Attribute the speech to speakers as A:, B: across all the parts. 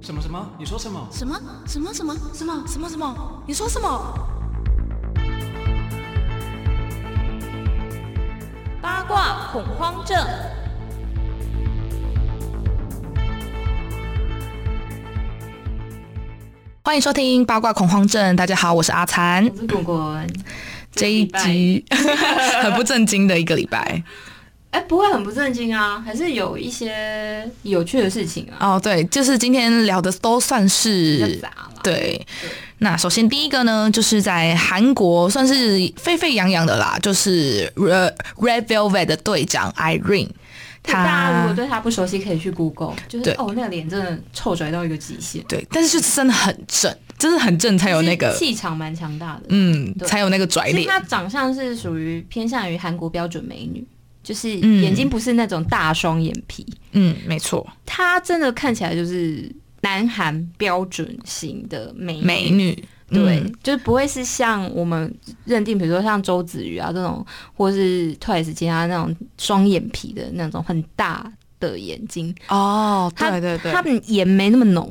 A: 什么什么？你说什么？
B: 什么什么什么什么什么什么？你说什么？
C: 八卦恐慌症。
D: 欢迎收听八卦恐慌症。大家好，我是阿残。
C: 我是滚滚。
D: 这一集 很不正经的一个礼拜
C: 哎、不会很不正经啊，还是有一些有趣的事情啊。
D: 哦，对，就是今天聊的都算
C: 比较
D: 是
C: 杂啦。
D: 对。那首先第一个呢，就是在韩国算是沸沸扬扬的啦，就是 Red Red Velvet 的队长 Irene，
C: 大家如
D: 他
C: 果对他不熟悉，可以去 Google，就是
D: 对
C: 哦，那个脸真的臭拽到一个极限，
D: 对，但是就是真的很正，真的很正才有那
C: 就是
D: 个
C: 气场蛮强大的。
D: 嗯，
C: 对
D: 才有那个拽
C: 其实
D: 脸。
C: 她长相是属于偏向于韩国标准美女，就是
D: 嗯
C: 眼睛不是那种大双眼皮，
D: 嗯，没错，
C: 她真的看起来就是南韩标准型的美女
D: 美女。
C: 对，
D: 嗯
C: 就是不会是像我们认定，比如说像周子瑜啊这种，或是 Twice 其他那种双眼皮的那种很大的眼睛，
D: 哦，
C: 她
D: 对对对，
C: 她们眼没那么浓，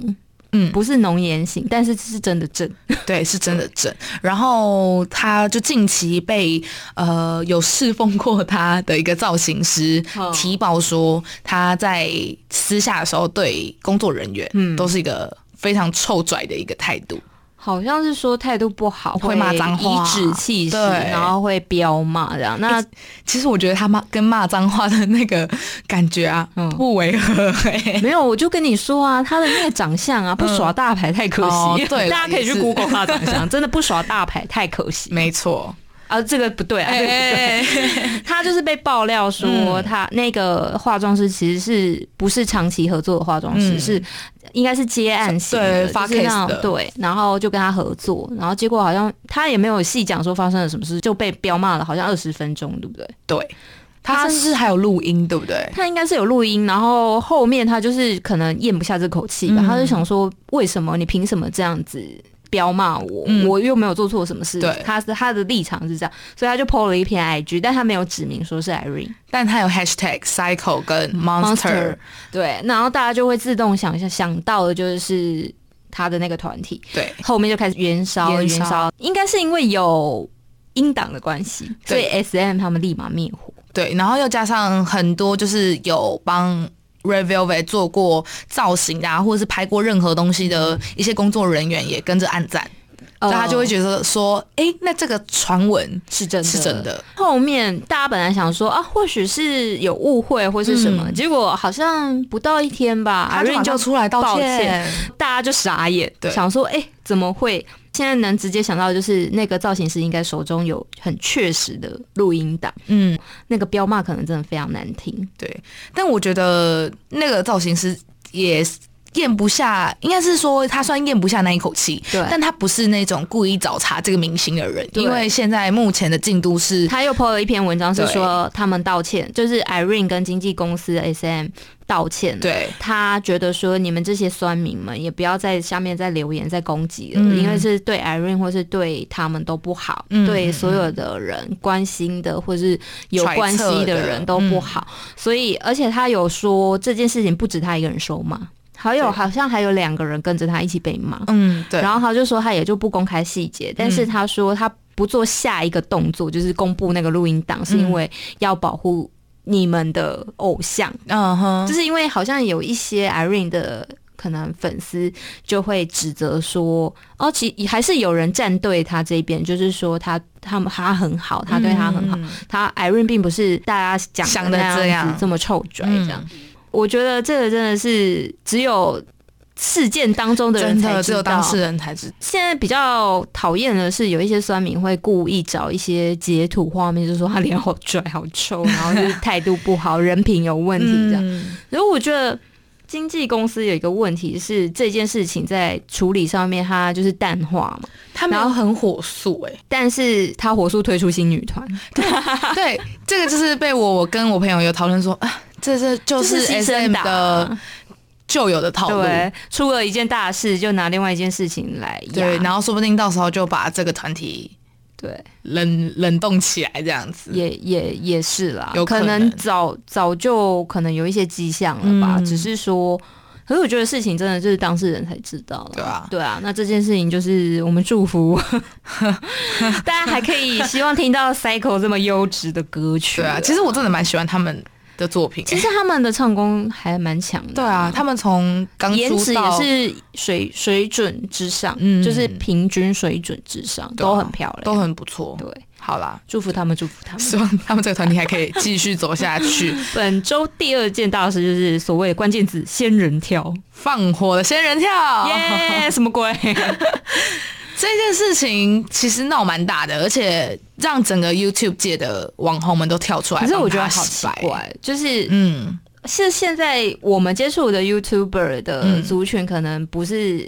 D: 嗯
C: 不是浓眼型，但是是真的正。
D: 对，是真的正。然后他就近期被呃有侍奉过他的一个造型师
C: 哦
D: 提报说，他在私下的时候对工作人员
C: 嗯
D: 都是一个非常臭拽的一个态度。
C: 好像是说态度不好，
D: 会骂脏话
C: 颐指气使，
D: 对
C: 然后会彪骂这样。那
D: 其实我觉得他骂跟骂脏话的那个感觉啊，
C: 嗯
D: 不违和、 欸。
C: 没有，我就跟你说啊，他的那个长相啊，不耍大牌太可惜。
D: 嗯哦对了
C: 大家可以
D: 也
C: 去
D: 是
C: Google 他的长相，真的不耍大牌太可惜。
D: 没错，
C: 啊，这个不对啊，这个不对。他就是被爆料说，
D: 嗯
C: 他那个化妆师其实是不是长期合作的化妆师，
D: 嗯
C: 是应该是接案型的，
D: 对发
C: 就是那
D: case
C: 种
D: 的
C: 对，然后就跟他合作，然后结果好像他也没有细讲说发生了什么事，就被彪骂了，好像二十分钟，对不对？
D: 对，他
C: 他
D: 甚至还有录音，对不对？
C: 他应该是有录音，然后后面他就是可能咽不下这口气吧，
D: 嗯
C: 他就想说，为什么你凭什么这样子？彪骂我，
D: 嗯
C: 我又没有做错什么事。
D: 对
C: 他是他的立场是这样，所以他就 PO 了一篇 IG，但他没有指明说是 Irene。
D: 但他有 hashtag cycle 跟 monster，,
C: 对，然后大家就会自动想象想到的就是他的那个团体，
D: 对，
C: 后面就开始燃烧
D: 哎燃
C: 燃
D: 烧
C: 烧，应该是因为有英党的关系，所以 S M 他们立马灭火。
D: 对，然后又加上很多就是有帮 Red Velvet 做过造型的啊，或者是拍过任何东西的一些工作人员也跟着暗赞，
C: 呃
D: 大家就会觉得说，哎，那这个传闻
C: 是真的，
D: 是真。的，
C: 后面大家本来想说啊，或许是有误会或是什么，
D: 嗯
C: 结果好像不到一天吧，
D: 阿瑞
C: 马
D: 就
C: 上
D: 出来道
C: 抱
D: 歉
C: 歉，大家就傻眼，
D: 对
C: 想说哎、诶怎么会？现在能直接想到的就是那个造型师应该手中有很确实的录音档。
D: 嗯，
C: 那个彪骂可能真的非常难听。
D: 对。但我觉得那个造型师也咽不下，应该是说他算咽不下那一口气，
C: 对
D: 但他不是那种故意找茬这个明星的人，
C: 对
D: 因为现在目前的进度是
C: 他又 po 了一篇文章，是说他们道歉，就是 Irene 跟经纪公司 SM 道歉。，
D: 对。
C: 他觉得说你们这些酸民们也不要在下面再留言、再攻击了，
D: 嗯
C: 因为是对 Irene 或是对他们都不好，
D: 嗯
C: 对所有的人关心的或是有关系的人都不好。
D: 嗯
C: 所以，而且他有说这件事情不止他一个人受骂，还有
D: 对
C: 好像还有两个人跟着他一起被骂。
D: 嗯，对，嗯
C: 然后他就说他也就不公开细节，但是他说他不做下一个动作，就是公布那个录音
D: 嗯
C: 档，是因为要保护你们的偶像，
D: 嗯哼，
C: 就是因为好像有一些 Irene 的。可能粉丝就会指责说，哦，其还是有人站队他这边，就是说他他们他很好，他对他很好，
D: 嗯
C: 他 Irene 并不是大家讲
D: 想
C: 的
D: 的
C: 那
D: 这
C: 样
D: 样
C: 子这么臭拽这样。
D: 嗯
C: 我觉得这个真的是只有事件当中的人
D: 真
C: 才
D: 的
C: 知
D: 只
C: 道，
D: 有当事人才知道。
C: 现在比较讨厌的是，有一些酸民会故意找一些截图画面，就说他脸好拽、好臭，然后就是态度不好、人品有问题这样。
D: 嗯
C: 然后我觉得经纪公司有一个问题是，这件事情在处理上面，它就是淡化嘛，
D: 他没有很火速哎、
C: 但是他火速推出新女团，
D: 对，这个就是被我我跟我朋友有讨论说，啊，这是就
C: 就是牺
D: S
C: 牲
D: M
C: 党
D: 的
C: 啊
D: 旧有的套路，
C: 对，出了一件大事就拿另外一件事情来压，
D: 对，然后说不定到时候就把这个团体
C: 对，
D: 冷冷冻起来这样子。
C: 也也也是啦，
D: 有
C: 可
D: 可能
C: 能早早就可能有一些迹象了吧，
D: 嗯
C: 只是说可是我觉得事情真的就是当事人才知道了，
D: 对啊
C: 对啊。那这件事情就是我们祝福 大家还可以希望听到 Cycle 这么优质的歌曲。
D: 对啊，其实我真的蛮喜欢他们的作品、
C: 其实他们的唱功还蛮强的，
D: 对啊，他们从刚
C: 颜
D: 出
C: 值也
D: 道
C: 是水水准之上，
D: 嗯
C: 就是平均水准之上，
D: 对啊
C: 都很漂亮，
D: 都很不错。
C: 对。
D: 好啦，
C: 祝福他们，祝福他们。
D: 希望他们这个团体还可以继续走下去。
C: 本周第二件大事就是所谓的关键字“仙人跳
D: 放火的仙人”，跳
C: 耶，什么鬼？
D: 这件事情其实闹蛮大的，而且让整个 YouTube 界的网红们都跳出来。
C: 可是我觉得
D: 帮他
C: 好奇
D: 洗白，
C: 怪，就是
D: 嗯，
C: 是现在我们接触的 YouTuber 的族群，可能不是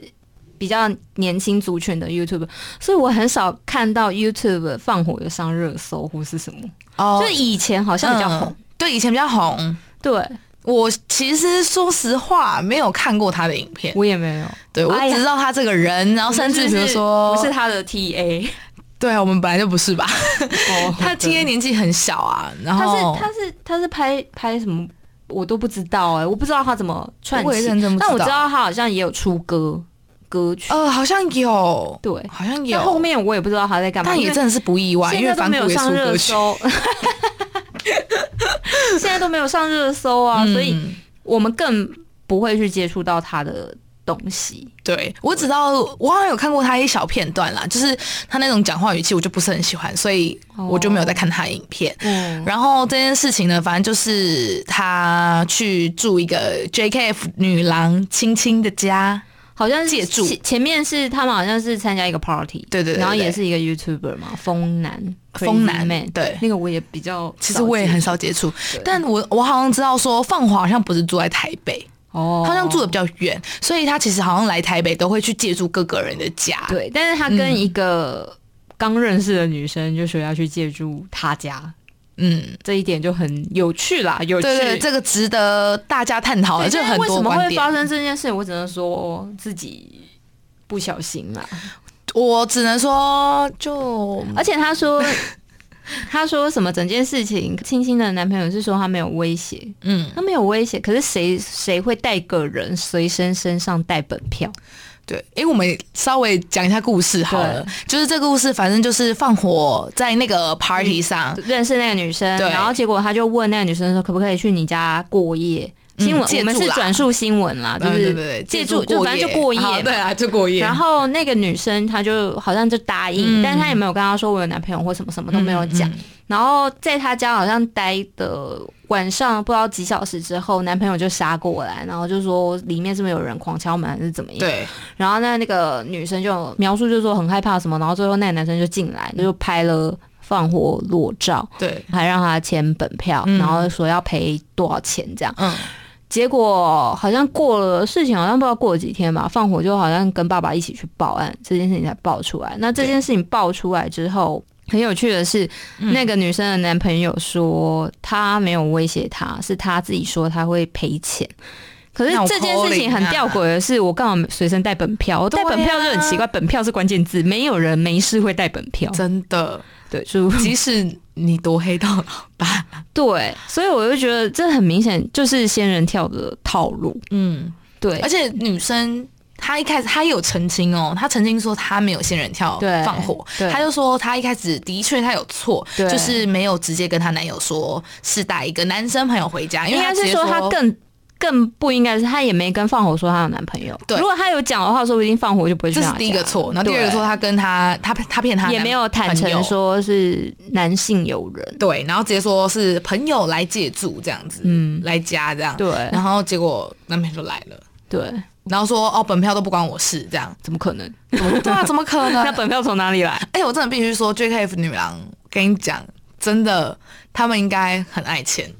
C: 比较年轻族群的 YouTuber，所以我很少看到 YouTube 放火有上热搜或是什么。
D: 哦
C: 就是以前好像比较红，
D: 嗯对，以前比较红。
C: 对
D: 我其实说实话没有看过他的影片，
C: 我也没有。
D: 对我
C: 哎呀
D: 只知道他这个人，然后甚至比如说，
C: 不是他的 TA，
D: 对啊，我们本来就不是 吧？
C: 哦
D: 他 T A 年纪很小啊，然
C: 他
D: 后
C: 是他是他是拍拍什么，我都不知道哎、我不知道他怎么串
D: 我也
C: 起
D: 认真不知道
C: 但我知道他好像也有出歌歌曲，
D: 呃，好像有，
C: 对。
D: 好像有，
C: 但后面我也不知道他在干嘛，
D: 但
C: 因
D: 也
C: 为
D: 真的是不意外，因
C: 现
D: 为
C: 在都
D: 反
C: 没
D: 骨
C: 有
D: 也出
C: 上热
D: 歌曲，
C: 搜， 现在都没有上热搜啊，所以
D: 嗯
C: 我们更不会去接触到他的东西。
D: 对我只知道我好像有看过他一小片段啦，就是他那种讲话语气，我就不是很喜欢，所以
C: 哦
D: 我就没有在看他的影片。
C: 嗯，
D: 然后这件事情呢，反正就是他去住一个 JKF 女郎青青的家，
C: 好像是
D: 借助
C: 前前面是他们好像是参加一个 party，
D: 对对对对
C: 然后也是一个 YouTuber 嘛，风男，
D: 风男
C: Crazy man，
D: 对
C: 那个我也比较少接触，
D: 其实我也很少接触，但我我好像知道说放华好像不是住在台北，
C: 哦，
D: 他好像住的比较远，所以他其实好像来台北都会去借住各个人的家。
C: 对，但是他跟一个刚认识的女生就说要去借住他家，
D: 嗯，
C: 这一点就很有趣啦，有趣。哦
D: 对对，这个值得大家探讨的，
C: 对
D: 就很
C: 为
D: 多
C: 什么
D: 观
C: 会
D: 点。
C: 发生这件事，我只能说自己不小心啦。
D: 我只能说，就
C: 而且他说， 他说什么整件事情，青青的男朋友是说他没有威胁，
D: 嗯，
C: 他没有威胁，可是谁谁会带个人随身身上带本票？
D: 对，因为我们稍微讲一下故事好了，就是这个故事，反正就是放火在那个
C: 嗯
D: party 上，
C: 认识那个女生，
D: 对
C: 然后结果他就问那个女生说可不可以去你家过夜？
D: 嗯
C: 新闻、
D: 借
C: 我们
D: 住
C: 是
D: 啦
C: 转述新闻啦，就
D: 嗯对对
C: 是
D: 对，
C: 借
D: 住
C: 住就反正就过夜
D: 好
C: 嘛
D: 对啊，就过夜。
C: 然后那个女生她就好像就答应，
D: 嗯
C: 但她也没有跟他说我有男朋友或什么什么都没有讲。
D: 嗯嗯
C: 然后在她家好像待的晚上不知道几小时之后，男朋友就杀过来，然后就说里面是不是有人狂敲门还是怎么样？。
D: 对，
C: 然后那那个女生就描述就说很害怕什么，然后最后那个男生就进来，就拍了放火裸照，
D: 对，
C: 还让她签本票，
D: 嗯
C: 然后说要赔多少钱这样。
D: 嗯，
C: 结果好像过了事情，好像不知道过了几天吧，放火就好像跟爸爸一起去报案，这件事情才爆出来。那这件事情爆出来之后，很有趣的是，那个女生的男朋友说他没有威胁她，是她自己说他会赔钱。可是
D: 那我
C: 这件事情很吊诡的是，我干嘛随身带本票？我带啊本票就很奇怪，本票是关键字，没有人没事会带本票。
D: 真的，
C: 对，就
D: 即使你多黑到老大，
C: 对，所以我就觉得这很明显就是仙人跳的套路。
D: 嗯，
C: 对
D: 而，且女生她一开始她也有澄清哦，她澄清说她没有仙人跳
C: 对
D: 放火，
C: 对
D: 她就说她一开始的确她有错，
C: 对
D: 就是没有直接跟她男友说是带一个男生朋友回家，因为
C: 应
D: 她
C: 该
D: 直
C: 是
D: 接
C: 说她更更不应该是她也没跟放火说她有男朋友。
D: 对
C: 如果她有讲的话，说不定放火就不会去
D: 这
C: 她
D: 是
C: 家
D: 第一个错，然后第二个错
C: 对
D: 她跟她她她骗她
C: 也
D: 男
C: 没有坦
D: 朋
C: 诚
D: 友。
C: 说是男性友人。
D: 对，然后直接说是朋友来借住这样子，
C: 嗯
D: 来家这样，
C: 对
D: 然后结果男朋友就来了，
C: 对，
D: 然后说哦，本票都不关我事这 样，
C: 怎么可能？
D: 对啊，怎么可能？
C: 那本票从哪里来？
D: 哎、我真的必须说，JKF 女郎，跟你讲，真的，他们应该很爱钱。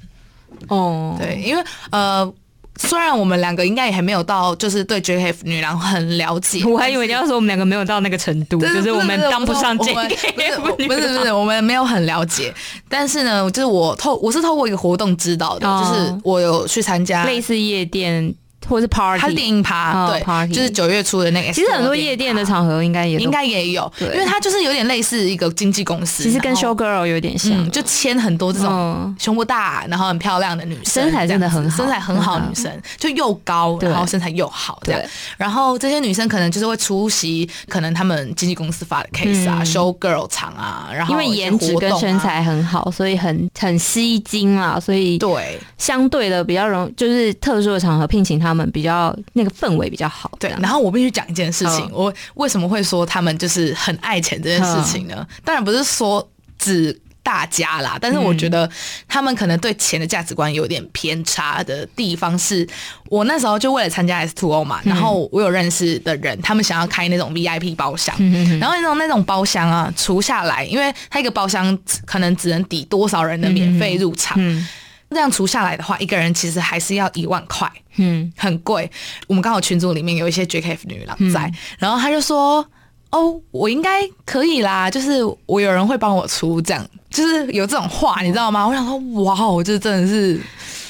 C: 哦，
D: 对，因为呃，虽然我们两个应该也还没有到，就是对 JKF 女郎很了解。
C: 我还以为你要说我们两个没有到那个程度，
D: 但
C: 就是我们当不上
D: 这
C: JKF
D: 不是不是，我们没有很了解。但是呢，就是我透我是透过一个活动知道的，
C: 哦
D: 就是我有去参加，
C: 类似夜店或是
D: 它
C: party，
D: 是电音趴，
C: 哦
D: 对，
C: party
D: 就是九月初的那个 S4 电音趴。
C: 其实很多夜
D: 啊
C: 店的场合应该也都
D: 应该也有，因
C: 对
D: 为它就是有点类似一个经纪公司，
C: 其实跟
D: 然后
C: show girl 有点像，
D: 嗯就签很多这种
C: 嗯
D: 胸部大，然后很漂亮的女生，
C: 身材真的
D: 这样子
C: 很好
D: 身材很好
C: 很
D: 的
C: 好
D: 女生，就又高，
C: 对
D: 然后身材又好这样
C: 对。
D: 然后这些女生可能就是会出席可能他们经纪公司发的 case 啊、
C: 嗯
D: s h o w girl 场啊，然后
C: 因为颜值跟
D: 一些活
C: 身
D: 动啊。
C: 材很好，所以很很吸睛啦，所以
D: 对
C: 相对的比较容，就是特殊的场合聘请他们比较那个氛围比较好。
D: 对
C: 这，样
D: 然后我必须讲一件事情
C: 嗯，
D: 我为什么会说他们就是很爱钱这件事情呢？当然不是说指大家啦，但是我觉
C: 嗯
D: 得他们可能对钱的价值观有点偏差的地方是，我那时候就为了参加 S Two O 嘛，
C: 嗯
D: 然后我有认识的人，他们想要开那种 VIP 包厢，
C: 嗯
D: 然后那种那种包厢啊，除下来，因为它一个包厢可能只能抵多少人的免费入场，
C: 嗯
D: 这样除下来的话，一个人其实还是要一万块。
C: 嗯，
D: 很贵。我们刚好群组里面有一些 JKF 女郎在，
C: 嗯
D: 然后她就说：“哦，我应该可以啦，就是我有人会帮我出，这样就是有这种话，
C: 嗯
D: 你知道吗？”我想说，哇哦，这真的是，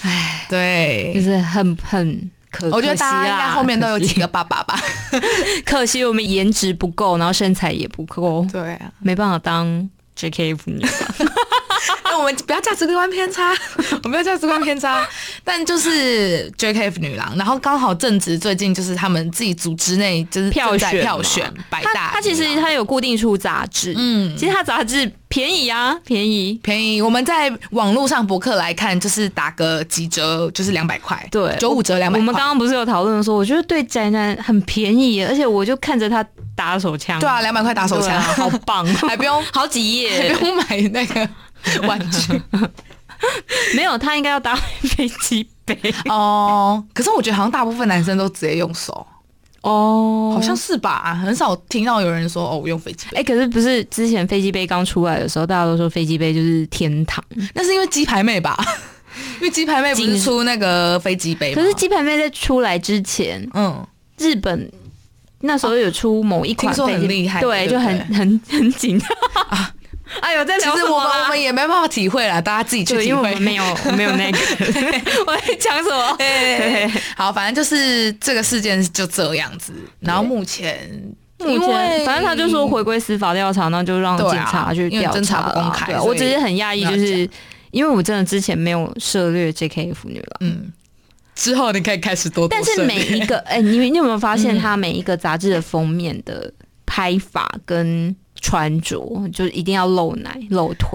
D: 哎，
C: 就
D: 对。
C: 是很很可，
D: 我觉得
C: 可惜
D: 大
C: 啊
D: 家应该
C: 啦
D: 后面都有
C: 可惜
D: 几个爸爸 吧？
C: 可惜我们颜值不够，然后身材也不够，
D: 对 啊，
C: 没办法当 JK 妇女。
D: 那我们不要价值观偏差， 我们不要价值观偏差。但就是 JKF 女郎，然后刚好正值最近就是他们自己组织内就是
C: 票
D: 正在
C: 选
D: 票
C: 嘛
D: 选百
C: 他
D: 大女郎，
C: 他其实他有固定出杂志，
D: 嗯
C: 其实他杂志便宜啊，便宜。
D: 便宜，我们在网络上博客来看，就是打个几折就是两百块，
C: 对
D: 九五折两百。
C: 我们刚刚不是有讨论说，我觉得对宅男很便宜，而且我就看着他打手枪，
D: 对啊，两百块打手
C: 对
D: 枪
C: 啊， 好 棒，
D: 还不用
C: 好几
D: 还
C: 页，
D: 不用买那个玩 具
C: 没有他应该要搭配飞机杯
D: 哦。可是我觉得好像大部分男生都直接用手，
C: 哦
D: 好像
C: 是。
D: 是吧？很少听到有人说哦，我用飞机杯。
C: 哎、可是不是之前飞机杯刚出来的时候，大家都说飞机杯就是天堂。
D: 那是因为鸡排妹吧？ 因为鸡排妹不是
C: 鸡
D: 出那个飞机杯吗？
C: 可是鸡排妹在出来之前，
D: 嗯，
C: 日本那时候有出某一款
D: 听说很
C: 飞机
D: 厉害
C: 对，
D: 对
C: 就
D: 不
C: 很
D: 对啊
C: 很 很紧 哎呦，在
D: 其
C: 聊
D: 实
C: 什
D: 我
C: 么
D: 们
C: 啦
D: 我们也没办法体会了，大家自己去
C: 对，
D: 体
C: 因为我
D: 会
C: 们。没有没有 那个，我在讲什么？
D: 对，好，反正就是这个事件就这样子。然后目前，
C: 目
D: 因为
C: 前反正他就说回归司法调查，那就让
D: 对啊
C: 警察去调
D: 因为侦查
C: 查啦
D: 不公开
C: 对啊
D: 所以
C: 我只是很讶异，就
D: 没有
C: 是因为我真的之前没有涉猎 JK 妇女了，
D: 嗯，之后你可以开始多多
C: 但是
D: 涉猎嗯
C: 每一个哎、你你有没有发现他每一个杂志的封面的拍法跟穿着，就是一定要露奶露腿，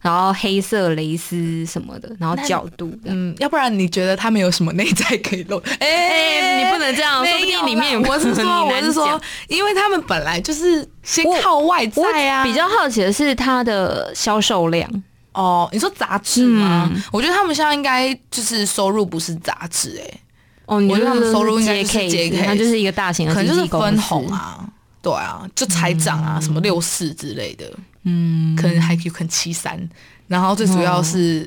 C: 然后黑色蕾丝什么的，然后
D: 那
C: 角度的。
D: 嗯，要不然你觉得他们有什么内在可以 露？哎、
C: 哎、你不能这样，
D: 没有
C: 说
D: 啦。
C: 不定里面有
D: 我是说，
C: 你
D: 我
C: 难
D: 是说
C: 讲，
D: 因为他们本来就是先
C: 我
D: 靠外在啊。
C: 我比较好奇的是它的销售量，
D: 哦，你说杂志吗？
C: 嗯
D: 我觉得他们现在应该就是收入不是杂志、哎
C: 哦，你
D: 我觉
C: 觉
D: 得
C: 得
D: 他们收入应该
C: 接
D: 就是
C: case，
D: JK
C: 它就是一个大型
D: 哎，
C: 的
D: 可能就是
C: CG 公司嗯
D: 分红。啊，对啊，就财长啊，什么六四之类的，嗯，可能还有可能七三，然后最主要是。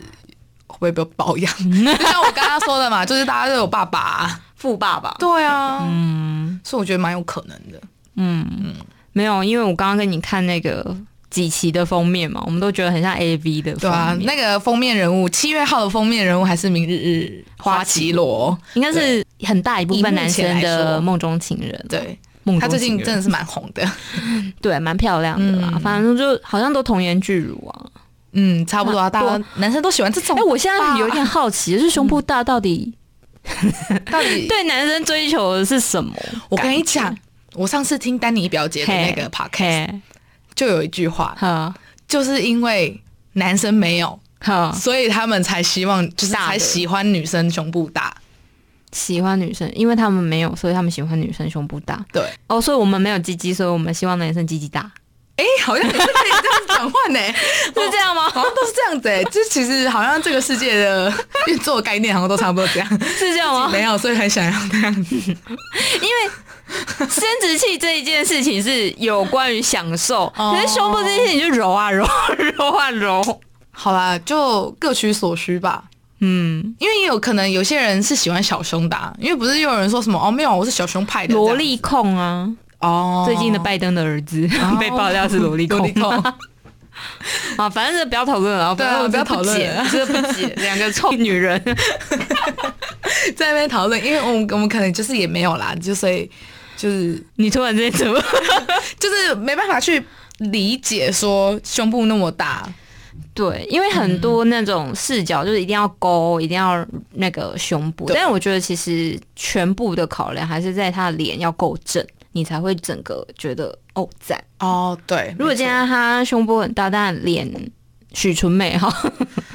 D: 会不会被包养？ 就像我刚刚说的嘛，就是大家都有爸爸啊、
C: 富爸爸
D: 对啊，嗯，所以我觉得蛮有可能的。
C: 没有，因为我刚刚跟你看那个几期的封面嘛，我们都觉得很像 A V 的
D: 对
C: 封
D: 啊，
C: 面，
D: 那个封面人物，七月号的封面人物还是明日日呃花绮罗，
C: 应该是很大一部分男生
D: 以目前来说
C: 的梦中情人，
D: 对
C: 梦
D: 他
C: 中
D: 最近
C: 情
D: 真
C: 人
D: 的是蛮红的。
C: 对蛮漂亮的啦
D: 嗯，
C: 反正就好像都童颜巨乳啊。
D: 嗯，差不多啊，大家男生都喜欢这种
C: 哎，。我现在有点好奇，就是胸部
D: 嗯
C: 大到底
D: 到底，
C: 对男生追求的是什么？
D: 我跟你讲，我上次听丹尼表姐的那个 podcast，
C: 嘿，
D: 就有一句话，
C: 好，
D: 就是因为男生没有，
C: 好，
D: 所以他们才希望，就是
C: 大的
D: 才喜欢女生胸部大。
C: 喜欢女生，因为他们没有，所以他们喜欢女生胸部大。
D: 对，
C: 哦，所以我们没有鸡鸡，所以我们希望男生鸡鸡大，
D: 哎，好像也是可以这样转换呢。欸
C: 是这样吗？
D: 好像都是这样子 哎、欸，就其实好像这个世界的运作概念好像都差不多这 样，
C: 是这样吗？
D: 没有，所以很想要那样子。
C: 因为生殖器这一件事情是有关于享受，
D: 哦
C: 可是胸部这件事情就揉啊揉，揉啊揉。
D: 好啦，就各取所需吧。
C: 嗯，
D: 因为也有可能有些人是喜欢小胸的、啊，因为不是又有人说什么哦没有，我是小胸派的
C: 萝莉控啊，
D: 这样哦，
C: 最 近的拜登的儿子、 被爆料是哦萝莉
D: 萝
C: 控
D: 莉 控，
C: 啊，反正不要讨论了，
D: 对啊
C: 反正我
D: 不要讨
C: 真的
D: 论
C: 解
D: 了
C: 真的不解，两个臭女人。
D: 在那边讨论，因为我们我们可能就是也没有啦，就所以就是
C: 你突然之间怎么？
D: 就是没办法去理解说胸部那么大，
C: 对，因为
D: 嗯
C: 很多那种视角就是一定要勾，一定要那个胸部，
D: 对
C: 但我觉得其实全部的考量还是在他的脸要够正，你才会整个觉得哦赞。
D: 哦，对，
C: 如果今天他胸部很大，但脸许纯美哈，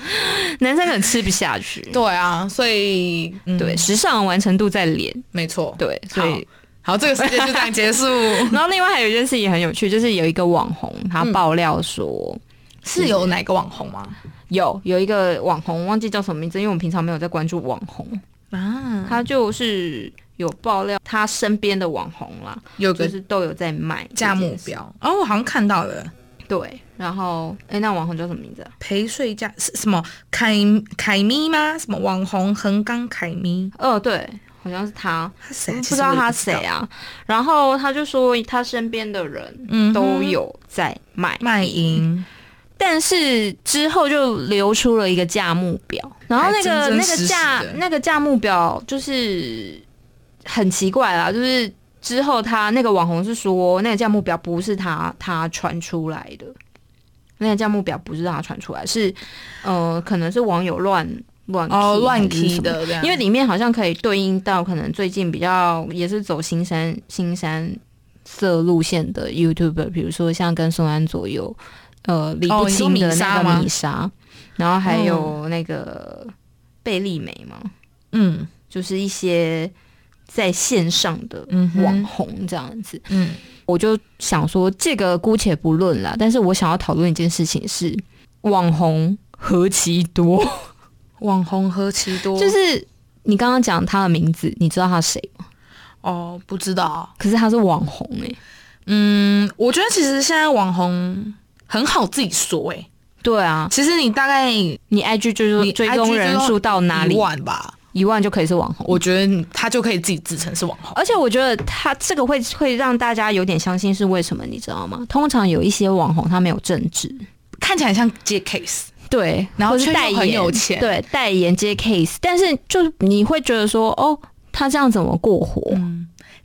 C: 男生可能吃不下去。
D: 对啊，所以嗯，
C: 对，时尚完成度在脸，
D: 没错，
C: 对，所以
D: 好，这个世界就这样结 束，
C: 然后另外还有一件事也很有趣，就是有一个网红他
D: 嗯
C: 爆料说，
D: 是有哪个网红吗？
C: 有有一个网红忘记叫什么名字，因为我们平常没有在关注网红，
D: 啊，
C: 他就是有爆料他身边的网红啦，
D: 有
C: 就
D: 个
C: 是都有在卖这
D: 价目
C: 件事，
D: 标哦，我好像看到了，
C: 对。然后，哎，那网红叫什么名字、啊？
D: 陪睡价是什么凯凯咪吗？什么网红横纲凯咪？
C: 哦，对，好像是他，
D: 他
C: 我
D: 谁？
C: 嗯 不
D: 其实
C: 知道
D: 我也
C: 他谁啊。然后他就说他身边的人
D: 嗯哼
C: 都有在卖，
D: 卖淫，
C: 但是之后就流出了一个价目表，然后那
D: 还
C: 个
D: 真真
C: 那
D: 实实
C: 个价
D: 的
C: 那个价目表就是很奇怪啦，就是之后他那个网红是说那个价目表不是他他传出来的，那个价目表不是他传出来，是呃可能是网友乱乱
D: 哦，
C: key
D: 乱
C: 还是
D: key
C: 什么
D: 的这样，
C: 因为里面好像可以对应到可能最近比较也是走新山新山色路线的 YouTuber，比如说像跟宋安左右，呃，李
D: 哦
C: 不
D: 你说
C: 清的
D: 米莎
C: 那
D: 吗
C: 个米莎，然后还有那个贝利美嘛，
D: 嗯
C: 就是一些在线上的
D: 嗯哼
C: 网红这样子。
D: 嗯，
C: 我就想说，这个姑且不论啦，但是我想要讨论一件事情是，网红何其多，
D: 网红何其多，
C: 就是你刚刚讲他的名字，你知道他谁吗？
D: 哦，不知道，
C: 可是他是网红哎、
D: 嗯，我觉得其实现在网红很好自己说、欸，
C: 对啊，
D: 其实你大概
C: 你 IG 就是
D: 你
C: 追
D: IG
C: 踪人数到哪里
D: 一万吧，
C: 一万就可以是网红。
D: 我觉得你他就可以自己自称是网红。
C: 而且我觉得他这个会会让大家有点相信是为什么，你知道吗？通常有一些网红他没有正职，
D: 看起来像接 case，
C: 对，
D: 然后
C: 或是
D: 却又
C: 代言
D: 很有钱
C: 对，代言接 case，但是就是你会觉得说，哦，他这样怎么过活？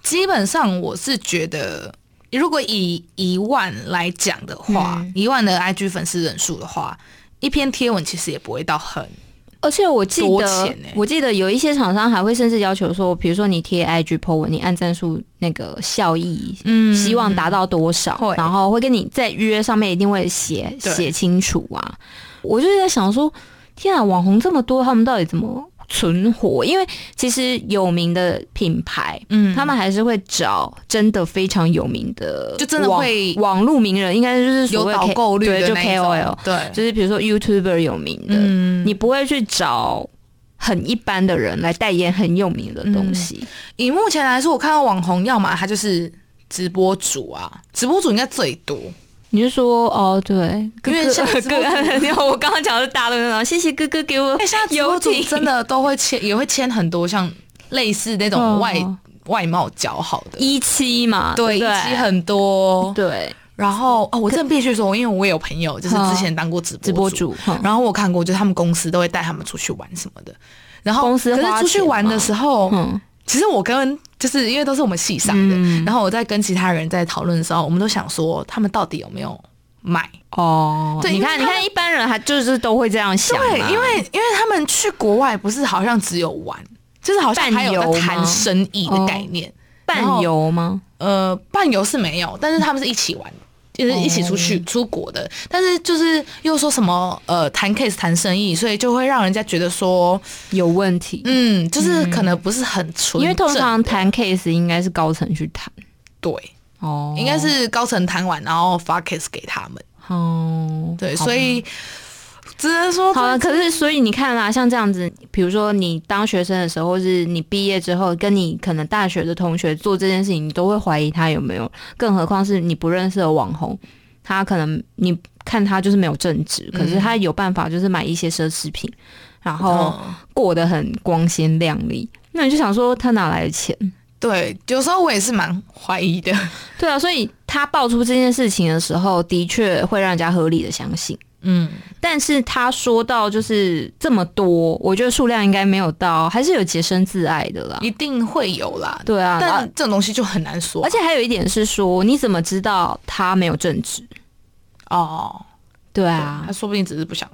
D: 基本上我是觉得，如果以一万来讲的
C: 嗯
D: 话，一、万的 IG 粉丝人数的话，一篇贴文其实也不会到很
C: 而且我记
D: 多
C: 得，
D: 钱欸
C: 我记得有一些厂商还会甚至要求说，比如说你贴 IG po 文，你按赞数那个效益，
D: 嗯
C: 希望达到多少，
D: 会
C: 然后会跟你在约上面一定会写
D: 对
C: 写清楚啊。我就是在想说，天啊，网红这么多，他们到底怎么存活？因为其实有名的品牌，
D: 嗯
C: 他们还是会找真的非常有名的网，
D: 就真的会
C: 网络名人，应该就是所
D: 有
C: 谓
D: 导
C: K-
D: 购率
C: 对，
D: 的
C: 就
D: 那一
C: KOL，
D: 种。对，
C: 就是比如说 YouTuber 有名的，
D: 嗯，
C: 你不会去找很一般的人来代言很有名的东西。
D: 以目前来说，我看到网红，要么他就是直播主啊，直播主应该最多，
C: 你就说哦，对，哥
D: 因为像
C: 哥
D: 直播
C: 哥， 你看我刚刚讲的是大陆那种，谢谢哥哥给 我
D: 哎、现在直播
C: 游
D: 主
C: 艇，
D: 真的都会签，也会签很多像类似那种外、
C: 嗯
D: 外貌姣好的，
C: 一期嘛，
D: 对，
C: 对
D: 以
C: 不对，
D: 及很多。
C: 对
D: 然后哦，我真的必须说，因为我也有朋友，就是之前当过直播
C: 嗯
D: 嗯
C: 直播，主，嗯哼
D: 然后我看过，就是他们公司都会带他们出去玩什么的。然后
C: 公司
D: 可
C: 花
D: 是出去
C: 钱
D: 玩的
C: 吗
D: 时候，
C: 嗯，
D: 其实我跟就是因为都是我们系上的，
C: 嗯
D: 然后我在跟其他人在讨论的时候，我们都想说他们到底有没有买？
C: 哦，
D: 对
C: 你
D: 因为
C: 看，
D: 他
C: 你
D: 们
C: 看，一般人还就是都会这样想嘛，
D: 对，因为因为他们去国外不是好像只有玩，就是好像还有
C: 伴游
D: 在
C: 吗哦
D: 谈生意的概念。然
C: 伴
D: 后
C: 游吗？
D: 呃，伴游是没有，但是他们是一起玩，就是一起出去、
C: 哦
D: 出国的。但是就是又说什么呃谈 case 谈生意，所以就会让人家觉得说，
C: 有问题，
D: 嗯，就是可能不是很纯正，
C: 因为通常谈 case 应该是高层去谈，
D: 对，
C: 哦，
D: 应该是高层谈完然后发 case 给他们，
C: 哦，
D: 对，
C: 好
D: 所以只能说
C: 好了，可是所以你看啦，像这样子，比如说你当学生的时候，或是你毕业之后，跟你可能大学的同学做这件事情，你都会怀疑他有没有，更何况是你不认识的网红，他可能你看他就是没有正职，可是他有办法就是买一些奢侈品，然后
D: 嗯
C: 过得很光鲜亮丽。那你就想说他哪来的钱？
D: 对，有时候我也是蛮怀疑的，
C: 啊对啊，所以他爆出这件事情的时候，的确会让人家合理的相信。
D: 嗯，
C: 但是他说到就是这么多，我觉得数量应该没有到，还是有洁身自爱的啦。
D: 一定会有啦。
C: 对啊，
D: 嗯但这种东西就很难说
C: 而且还有一点是说，你怎么知道他没有正职？
D: 哦，
C: 对
D: 对
C: 啊
D: 他，说不定只是不想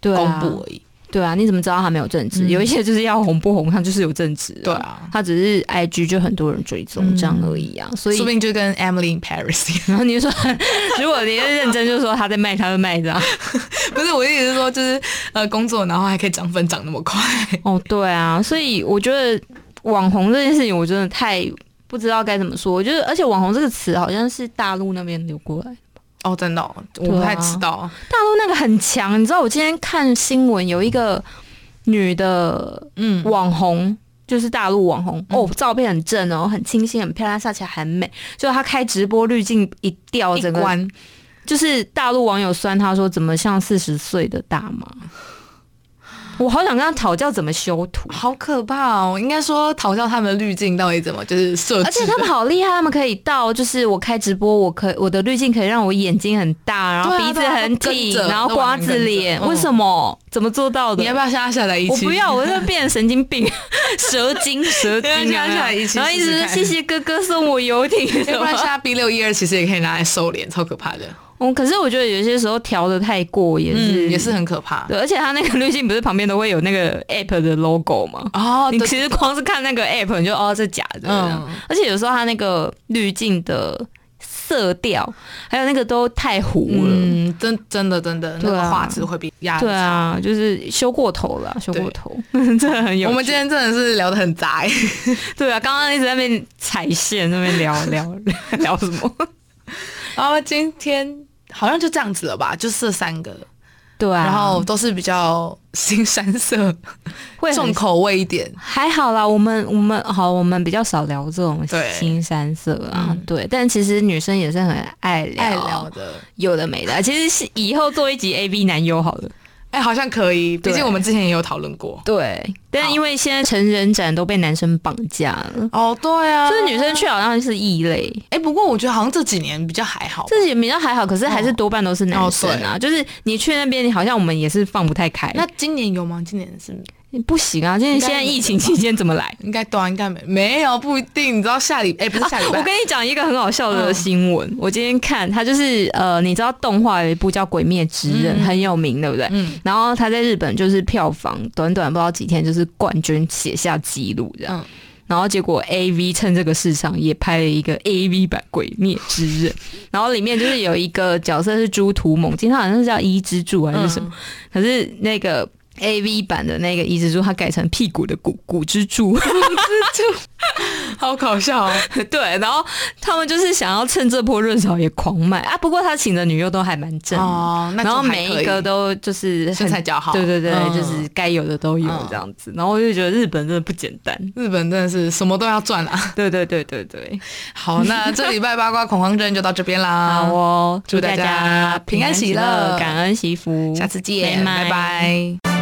C: 对
D: 公
C: 啊，
D: 布而已。
C: 对啊，你怎么知道他没有正职？有一些就是要红不红，他就是有正职、
D: 对，啊，
C: 他只是 IG 就很多人追踪这样而已啊。所以
D: 说不定就跟 Emily in Paris 一样。
C: 然后 你就说，如果你认真就说他在卖，他就卖这样。
D: 不是，我意思是说，就是呃，工作然后还可以涨粉涨那么快。
C: 哦，对啊，所以我觉得网红这件事情，我真的太不知道该怎么说。我觉得，而且网红这个词好像是大陆那边流过来，
D: 哦，真的哦、我
C: 啊
D: 不太知道。
C: 大陆那个很强。你知道，我今天看新闻有一个女的
D: 嗯，
C: 网红。就是大陆网红哦，照片很正哦，很清新，很漂亮，笑起来很美。就她开直播滤镜一掉，
D: 一
C: 整个
D: 关
C: 就是大陆网友酸他说怎么像四十岁的大妈，我好想跟他讨教怎么修图，
D: 好可怕哦！应该说讨教他们的滤镜到底怎么就是 设置的，
C: 而且他们好厉害，他们可以到就是我开直播，我可我的滤镜可以让我眼睛很大，然后
D: 对啊
C: 鼻子
D: 对啊
C: 很
D: 都跟
C: 挺，
D: 着
C: 然后瓜子脸，
D: 都往那边跟着嗯
C: 为什么？怎么做到的？
D: 你要不要下下载一
C: 我
D: 期？
C: 不要，我就变成神经 病，蛇精蛇精
D: 你要
C: 啊！
D: 不要下来一起
C: 然后一
D: 试
C: 直
D: 试
C: 说
D: 看
C: 谢谢哥哥送我 游艇什
D: 要不然
C: 么。
D: 下 B 六一二其实也可以拿来瘦脸，超可怕的。
C: 嗯，可是我觉得有些时候调的太过也是
D: 嗯，也是很可怕。
C: 对，而且它那个滤镜不是旁边都会有那个 app 的 logo 吗？
D: 哦，
C: 你
D: 对
C: 其实光是看那个 app，你就哦这假的、
D: 嗯
C: 而且有时候它那个滤镜的色调，还有那个都太糊了。
D: 嗯，真真的真的，那
C: 对
D: 个
C: 啊
D: 画质会比压力
C: 对啊，就是修过头了啊，修过
D: 对
C: 头， 这很有
D: 我
C: 趣。
D: 们今天真的是聊得很杂 欸，
C: 对啊，刚刚一直在那边踩线，那边聊聊 聊什么？
D: 然后今天好像就这样子了吧，就这三个，
C: 对啊，
D: 然后都是比较新山 色、
C: 会很
D: 重口味一点。
C: 还好啦，我们我们好，我们比较少聊这种
D: 对
C: 新山色啊，
D: 嗯
C: 对。但其实女生也是很爱聊
D: 爱聊的，
C: 有的没的，啊其实是以后做一集 A B 男优好了。
D: 哎、好像可以，毕
C: 对
D: 竟我们之前也有讨论过。
C: 对，但
D: 好
C: 因为现在成人展都被男生绑架了，
D: 哦，对啊，
C: 所以女生去好像是异类。
D: 哎、不过我觉得好像这几年比较还好吧，
C: 自己比较还好，可是还是多半都是男生啊。就是你去那边，你好像我们也是放不太开。
D: 哦那今年有吗？今年是
C: 不行啊！现在
D: 应该
C: 现在疫情期间怎么来？
D: 应该对啊，应该没没有，不一定。你知道下礼哎、不是下礼拜、嗯
C: 我跟你讲一个很好笑的新闻，我今天看，它就是呃，你知道动画有一部叫《鬼灭之刃》，
D: 嗯
C: 很有名，对不对？
D: 嗯
C: 然后他在日本就是票房短短不知道几天，就是冠军写下纪录这样。
D: 嗯
C: 然后结果 A V 趁这个市场也拍了一个 A V 版《鬼灭之刃》， 然后里面就是有一个角色是猪图猛进，他好像是叫伊之助还是什么，
D: 嗯
C: 可是那个 A V 版的那个伊之助，他改成屁股的骨骨之助，
D: 好搞笑哦，
C: 对，然后他们就是想要趁这波热潮也狂卖啊。不过他请的女优都还蛮正的，
D: 哦那就
C: 然后
D: 还
C: 每
D: 可
C: 一
D: 以
C: 个都就是很
D: 身材较好，
C: 对对对，
D: 嗯
C: 就是该有的都有
D: 嗯
C: 这样子。然后我就觉得日本真的不简 单。
D: 日本真的是什么都要赚 啦。
C: 对对对对对，
D: 好，那这礼拜八卦恐慌症就到这边啦，
C: 好哦，
D: 祝
C: 祝
D: 大
C: 大
D: 家
C: 家
D: 平安喜乐
C: 感恩惜福，
D: 下次见，
C: 拜拜
D: 拜拜